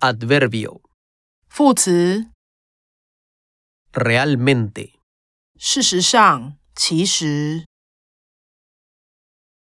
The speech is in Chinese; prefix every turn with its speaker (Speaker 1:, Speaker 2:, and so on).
Speaker 1: Adverbio.
Speaker 2: 副词
Speaker 1: Realmente.
Speaker 2: 事实上，其实。